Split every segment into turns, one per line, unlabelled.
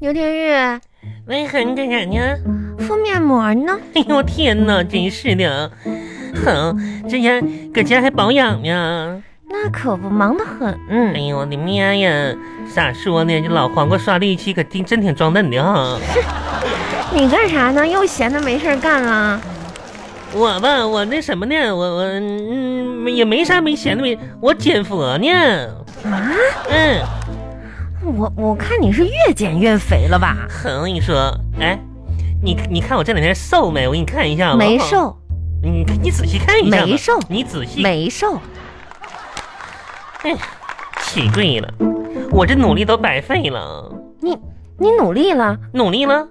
刘天日，
喂，很干啥呢？
敷面膜呢？
哎呦天哪，真是的，哼，之前搁家还保养呢。
那可不，忙得很。嗯
哎，呦我的妈呀，咋说呢？这老黄瓜刷力气可真真挺装嫩的啊哈。
你干啥呢？又闲的没事儿干了？
我吧，我那什么呢？我我嗯也没啥没闲的没，我捡佛呢。
啊？
嗯，
我我看你是越减越肥了吧？
哼，我跟你说，哎，你你看我这两天瘦没？我给你看一下吧。
没，瘦，
你你仔细看一下吧。
没瘦
你仔细
没瘦。
哎呀，奇怪了，我这努力都白费了，
你你努力了，
努力了，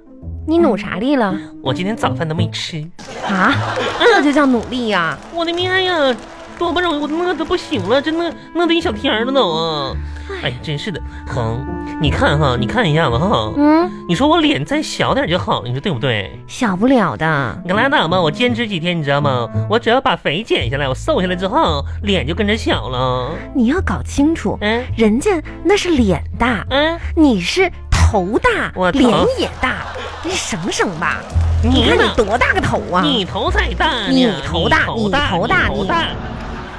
你努啥力了？
我今天早饭都没吃，
啊？这就叫努力呀、
我的妈呀，多不容易，我饿的不行了，真的饿的一小天儿了都啊！哎呀，真是的，哼，你看哈，你看一下子哈，
嗯，
你说我脸再小点就好，你说对不对？
小不了的。
你可拉倒吧，我坚持几天，你知道吗？我只要把肥减下来，我瘦下来之后，脸就跟着小了。
你要搞清楚，
嗯
人家那是脸大，
嗯，
你是头大
我，头
脸也大，你省省吧。
你
你看你
呢？
多大个头啊！
你头才大呢，
你头大
你头大，
你头大
头
你
大，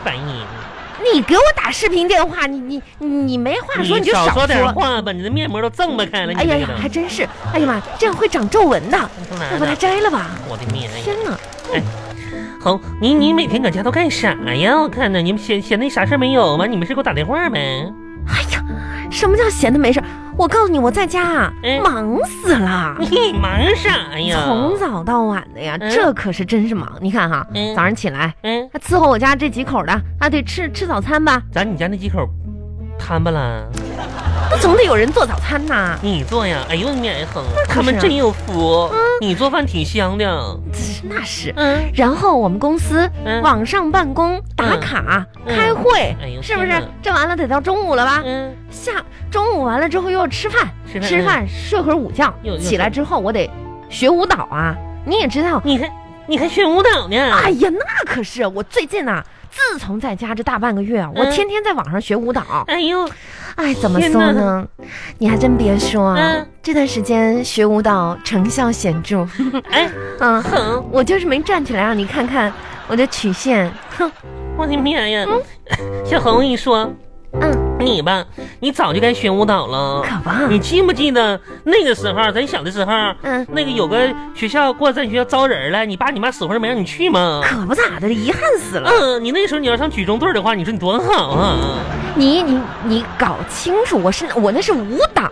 烦人。
你给我打视频电话，你你你你没话说你就
少
少
说点
说。
话吧，你的面膜都挣不开了。你
哎呀
这
呀
个，嗯啊
还真是，哎呀妈，这样会长皱纹的，
来
要把它摘了吧。
我的面呀！
天哪，
好，你你每天搁家都干啥呀？我看着你们闲闲的啥事儿没有吗？ 你没事给我打电话呗。
哎呀，什么叫闲的没事儿？我告诉你，我在家啊
嗯
忙死了。
你忙啥呀？
从早到晚的呀，
嗯
这可是真是忙。你看哈，
嗯
早上起来，
嗯，
还伺候我家这几口的啊，得吃吃早餐吧，
咱你家那几口摊吧了，
那总得有人做早餐呐。
你做呀？哎呦我的妈呀，哼，
可
他们
是啊
真有福，你做饭挺香的。
那是。
嗯，
然后我们公司
嗯
网上办公、打卡、
嗯
开会
哎，呦
是不
天
是
哪？
这完了得到中午了吧？
嗯，
下中午完了之后又要吃饭，
吃饭嗯
睡会儿午觉
又，又
起来之后我得学舞蹈啊。你也知道，
你还你还学舞蹈呢？
哎呀，那可是我最近呐、自从在家这大半个月啊，我
嗯
天天在网上学 舞蹈。
哎呦，
哎，怎么
天
说
哪
呢？你还真别说，啊
嗯
这段时间学舞蹈成效显著。
哎，
嗯，
哼。
我就是没站起来啊让你看看我的曲线。哼，
我的妈呀！小红，我跟你说，
嗯，
你吧，你早就该学舞蹈了。
可啊不
你，记不记得那个时候，咱小的时候，
嗯，
那个有个学校过来咱学校招人了，你爸你妈死活没让你去吗？
可不咋的，遗憾死了。
嗯，你那时候你要上举重队的话，你说你多好啊！
你你你搞清楚，我是我那是舞蹈，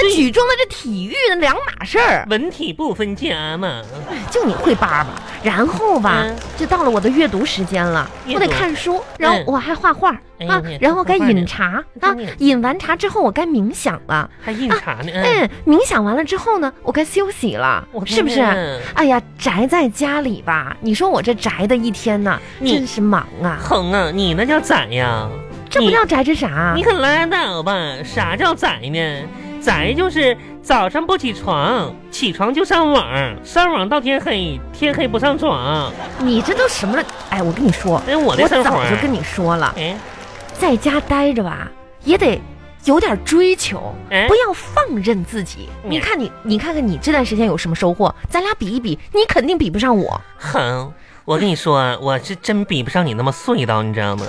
那举重那是体育，那两码事儿。
文体不分家嘛。
就你会叭叭，然后吧
嗯，
就到了我的阅读时间了，
阅
我得
读
看书，然后
嗯
我还画画
哎呀
啊
你也，
然后该
画画呢
饮茶啊
真厉害，
饮完茶之后我该冥想了。
还印啥呢？嗯，
嗯，冥想完了之后呢，我该休息了，
我看
是不是？
看
哎呀，宅在家里吧，你说我这宅的一天呐，
你
真是忙啊！
哼啊，你那叫咋呀？
这不
你
叫宅这啥啊
你？可拉倒吧！啥叫宅呢？宅就是早上不起床，起床就上网，上网到天黑，天黑不上床。
你这都什么了？哎，我跟你说，
哎，我的
我
生活
早
啊，
就跟你说了，
哎
在家待着吧，也得有点追求，
哎
不，要放任自己。
嗯
你看你，你看看你这段时间有什么收获？咱俩比一比，你肯定比不上我。
哼！我跟你说啊，我是真比不上你那么碎叨，你知道吗？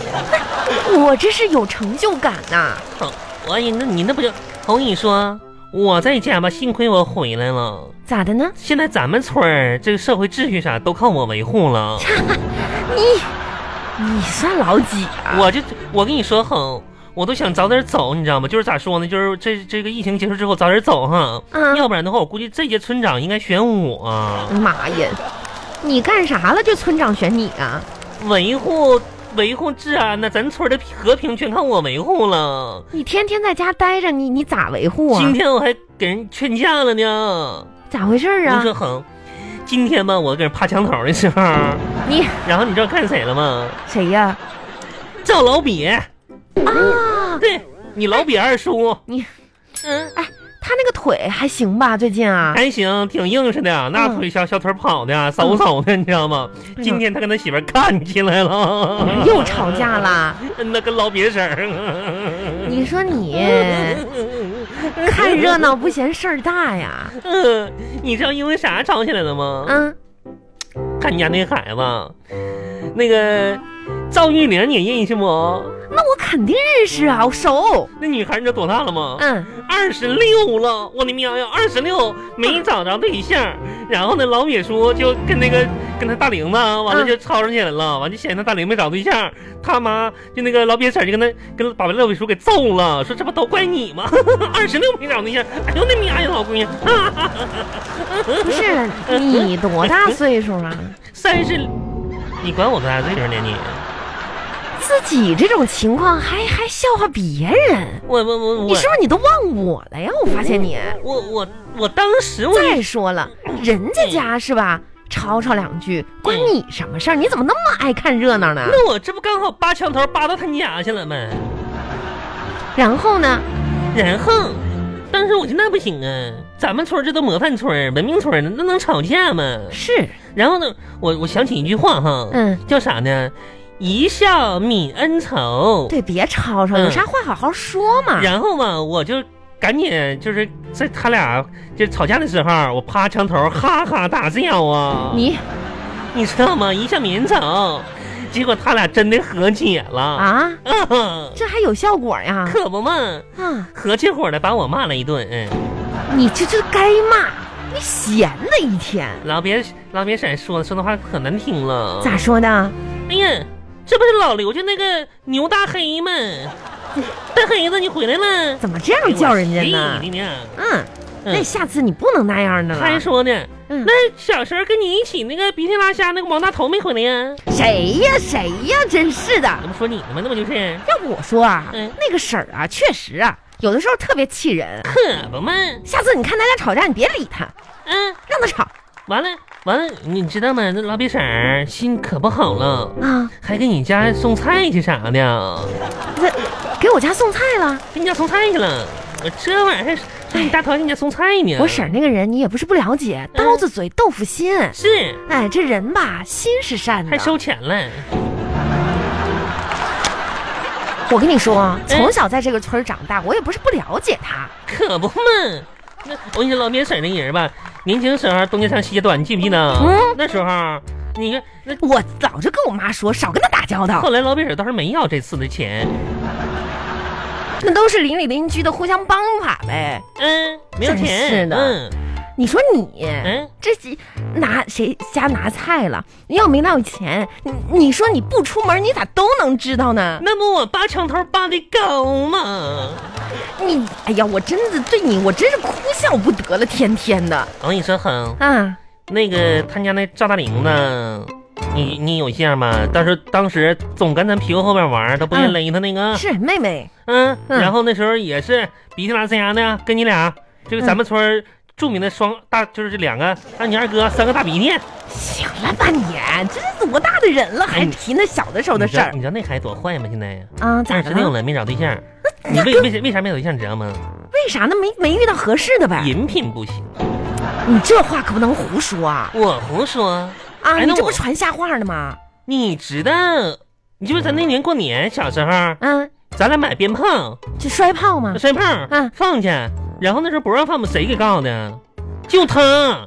我这是有成就感呐、
哼，我哎呀那你那不就？我跟你说，我在家吧，幸亏我回来了。
咋的呢？
现在咱们村儿这个社会秩序啥都靠我维护 了。
你算老几啊？
我这我跟你说哼，我都想早点走，你知道吗？就是咋说呢，就是这这个疫情结束之后早点走哈，
嗯
要不然的话，我估计这届村长应该选我
妈呀，你干啥了？这村长选你啊？
维护维护治安呢，咱村儿的和平全靠我维护了。
你天天在家待着，你你咋维护啊
今？天我还给人劝架了呢，
咋回事儿
我
啊
跟你？说哼，今天吧，我搁人趴墙头的时候，
你
然后你知道看谁了吗？
谁呀、
赵老比，
啊？
嗯对你老比二叔，
你
嗯。
他那个腿还行吧？最近啊，
还行，挺硬实的，那腿小小腿跑的，嗖嗖的，你知道吗？今天他跟他媳妇儿干起来了，
又吵架了。
那跟老瘪婶儿。
你说你，
嗯
看热闹不嫌事儿大呀。
嗯， 你知道因为啥吵起来的吗？
嗯，
看你家那孩子，那个赵玉玲你认识不？
那我肯定认识啊，我熟。
那女孩你知道多大了吗？
嗯，
二十六了，我的妈呀，二十六没找着对象，然后呢，老瘪叔就跟那个跟他大玲子，完了
嗯
就吵吵起来了，完就嫌他大玲没找对象，他妈就那个老瘪婶儿就跟他跟把老瘪叔给揍了，说这不都怪你吗？ 二十六没找对象，哎呦我的妈呀，老姑娘，
不 是你多大岁数啊？
三十，你管我多大岁数呢你？
自己这种情况还还笑话别人，
我我我
你
我
是不是你都忘我了呀？我发现你。啊
我我我当时我
再说了，人家家是吧？吵吵两句，关你什么事儿？你怎么那么爱看热闹呢？
那我这不刚好扒墙头扒到他家去了吗？
然后呢？
然后，当时我就那不行啊，咱们村儿这都模范村儿、文明村儿，那能吵架吗？
是，
然后呢，我我想起一句话哈，
嗯，
叫啥呢？一笑泯恩仇。
对，啊别吵吵，
嗯
有啥话好好说嘛。
然后嘛，我就赶紧就是在他俩就吵架的时候，我趴墙头哈哈大笑啊，
你
你知道吗？一笑泯恩仇，结果他俩真的和解了啊，
啊，这还有效果呀？
可不嘛，
啊，
合起伙来把我骂了一顿，嗯。
你这这该骂，你闲的一天，
老别老别婶说说的话可难听了。
咋说的？
哎呀，这不是老刘家那个牛大黑吗？大黑子，你回来了？
怎么这样叫人家呢
哎？我去你娘
嗯，那
嗯
下次你不能那样的
他还
了。
说呢，
嗯，
那小时候跟你一起那个鼻涕拉瞎那个王大头没回来呀？
谁呀谁呀，真是的。
那不说你呢吗？那不就是？
要不我说啊，
嗯
那个婶儿啊，确实啊，有的时候特别气人。
可不嘛，
下次你看大家吵架，你别理他，
嗯，
让他吵
完了完了，你知道吗？那老别婶儿心可不好了，
啊！
还给你家送菜去啥的，
这啊给我家送菜了。
给你家送菜去了。我这玩意儿还你大头还给你家送菜呢？
我婶儿那个人你也不是不了解，
嗯
刀子嘴豆腐心。
是。
哎，这人吧，心是善的
还。收钱了，
我跟你说，从小在这个村儿长大，我也不是不了解他。
可不嘛？那我跟你说，老面婶那人吧，年轻时候东家长西家短，你记不记得？
嗯
那时候，你看那
我早就跟我妈说，少跟他打交道，
后来老面婶倒是没要这次的钱，
那都是邻里邻居的互相帮法呗。
嗯，没有钱，
真是的
嗯
你说你，
嗯，
这几拿谁家拿菜了？你要没拿有钱，你你说你不出门，你咋都能知道呢？
那不我扒墙头扒的高吗？
你哎呀，我真的对你，我真是哭笑不得了，天天的
我跟你说，哼，
啊，
那个他家那赵大玲呢？你你有印象吗？当时当时总跟咱屁股后边玩，都不愿意
嗯
勒他那个，
是妹妹，
嗯，
嗯
然后那时候也是鼻涕拉塞牙的，跟你俩这个咱们村儿著名的双大，就是这两个，那你二哥三个大鼻涕，
行了吧你，这是多大的人了，还
哎
提那小的时候的
你知
事
道
儿
你知道那孩子多坏吗？现在
啊？咋
二十六
了？
了没找对 象，你
那
为为啥为啥没找对象？你知道 吗？
为啥呢？没没遇到合适的呗？
人品不行，
你这话可不能胡说啊！
我胡说，
啊，
哎
你
那
这不
我
传瞎话呢吗？
你知道？你记不？咱那年过年小时候，
嗯，
咱俩买鞭炮、
这摔炮吗？
摔炮，
嗯
放去，然后那时候不让放嘛，谁给告的？就他，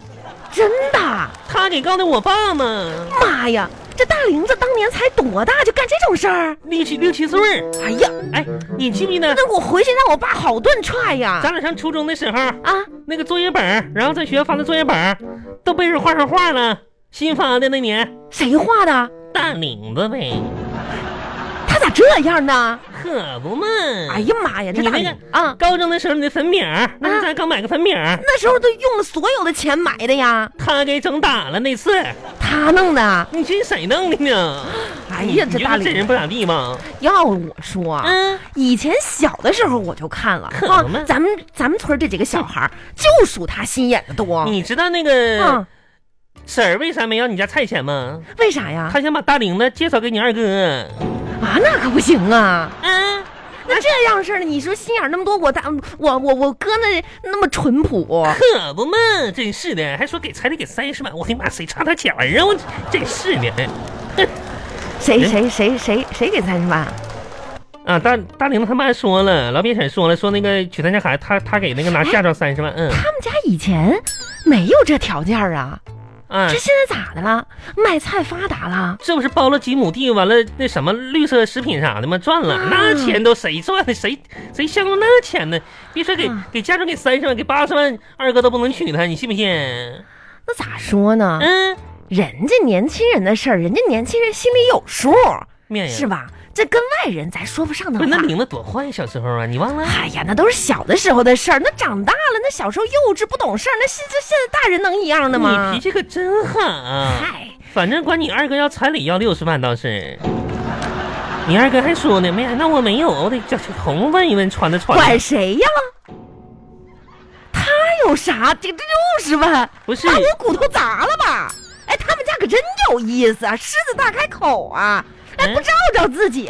真的？啊
他给告的我爸嘛，
妈呀，这大玲子当年才多大就干这种事儿？
六七六七岁儿。
哎呀，
哎，你记不记得
那我回去让我爸好顿踹呀！
咱俩上初中的时候，
啊，
那个作业本儿，然后在学校发的作业本儿，都被人画上画了，新发的那年
谁画的？
大领子呗，
他咋这样呢？
可不嘛。
哎呀妈呀，这
你
大
那
玲
个
啊，
高中的时候你的粉饼儿，那时候咱刚买个粉饼儿，
那时候都用了所有的钱买的呀，
他给整打了那次，
他弄的。
你这谁弄的呢？
哎呀，
你
这
你觉
大
得这
玲
人不咋地吗？
要我说啊，
嗯，
以前小的时候我就看了
可
啊
不嘛，
咱们咱们村这几个小孩儿就属他心眼子多。
你知道那个
啊，
婶儿为啥没要你家菜钱吗？
为啥呀？
她想把大领子介绍给你二哥。
啊，那可不行啊！
嗯，
那这样式儿的，你说心眼儿那么多，我大我我我哥那那么淳朴，
可不嘛，真是的，还说给彩礼给三十万，我的妈，谁差他钱儿啊？我真是的，
谁谁谁谁谁给三十万？
啊，大大玲子他们还说了，老鳖婶说了，说那个娶她家孩子，他他给那个拿驾照三十万，嗯，
他们家以前没有这条件啊，
啊
这，现在咋的了？卖菜发达了？
这不是包了几亩地，完了那什么绿色食品啥的吗？赚了，那钱都谁赚的？谁谁相中那钱呢？别说给
啊
给家长给三十万，给八十万，二哥都不能娶她，你信不信？
那咋说呢？
嗯，
人家年轻人的事儿，人家年轻人心里有数，
面哎呀，
是吧？这跟外人咱说不上的
不是那
话。
玲子多坏，小时候啊，你忘了？
哎呀，那都是小的时候的事儿，那长大了，那小时候幼稚不懂事儿，那现这现在大人能一样的吗
你脾？气可真狠啊！
嗨，
反正管你二哥要彩礼要六十万倒是。你二哥还说呢，没那我没有，我得叫红问一问穿的穿
管
的。
谁呀？他有啥？这这六十万，
不是
把我骨头砸了吧？哎，他们家可真有意思啊，狮子大开口啊！哎，
嗯
不照照自己，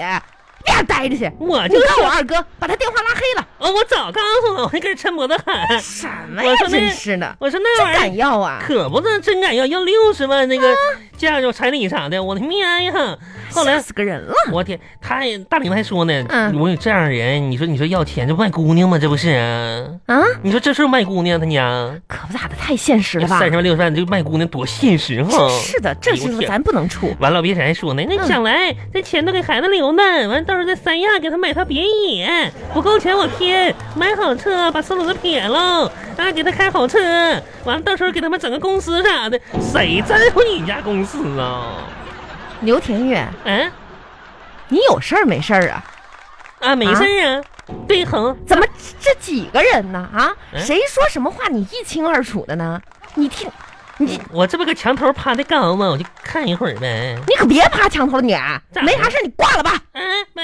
别待着去。
我
你
就
告
告
我二哥，把他电话拉黑了。
哦，我早告诉了，我还跟人抻脖子 喊，
什么
哎我
呀？
说那
真是的，
我说那
真
玩意
敢
儿
要啊！
可不是真敢要，要六十万那个嫁妆彩礼啥的，我的妈呀！后
吓
来
死个人了。
我天，他也大玲还说呢，
啊嗯
我有这样人，你说你说要钱这不卖姑娘吗？这不是啊？
啊，
你说这是卖姑娘他娘？
可不咋的，太现实了吧？
三十万六十万，这卖姑娘多现实哈！
是的，这事
哎呦
情
天
咱不能处。
完了，别谁还说呢，那
嗯
将来这钱都给孩子留呢，完到时候在三亚给他买套别野，不够钱我添，买好车把车轮子撇喽，啊，给他开好车，完了到时候给他们整个公司啥的，谁在乎你家公司啊？
刘庭月，
嗯
你有事儿没事儿啊？
啊，没事儿啊，对恒，
怎么这几个人呢？啊，
嗯
谁说什么话你一清二楚的呢？你听，你
我这不搁墙头趴的高吗？我就看一会儿呗。
你可别趴墙头了你，啊
咋
没啥事儿你挂了吧。
嗯、没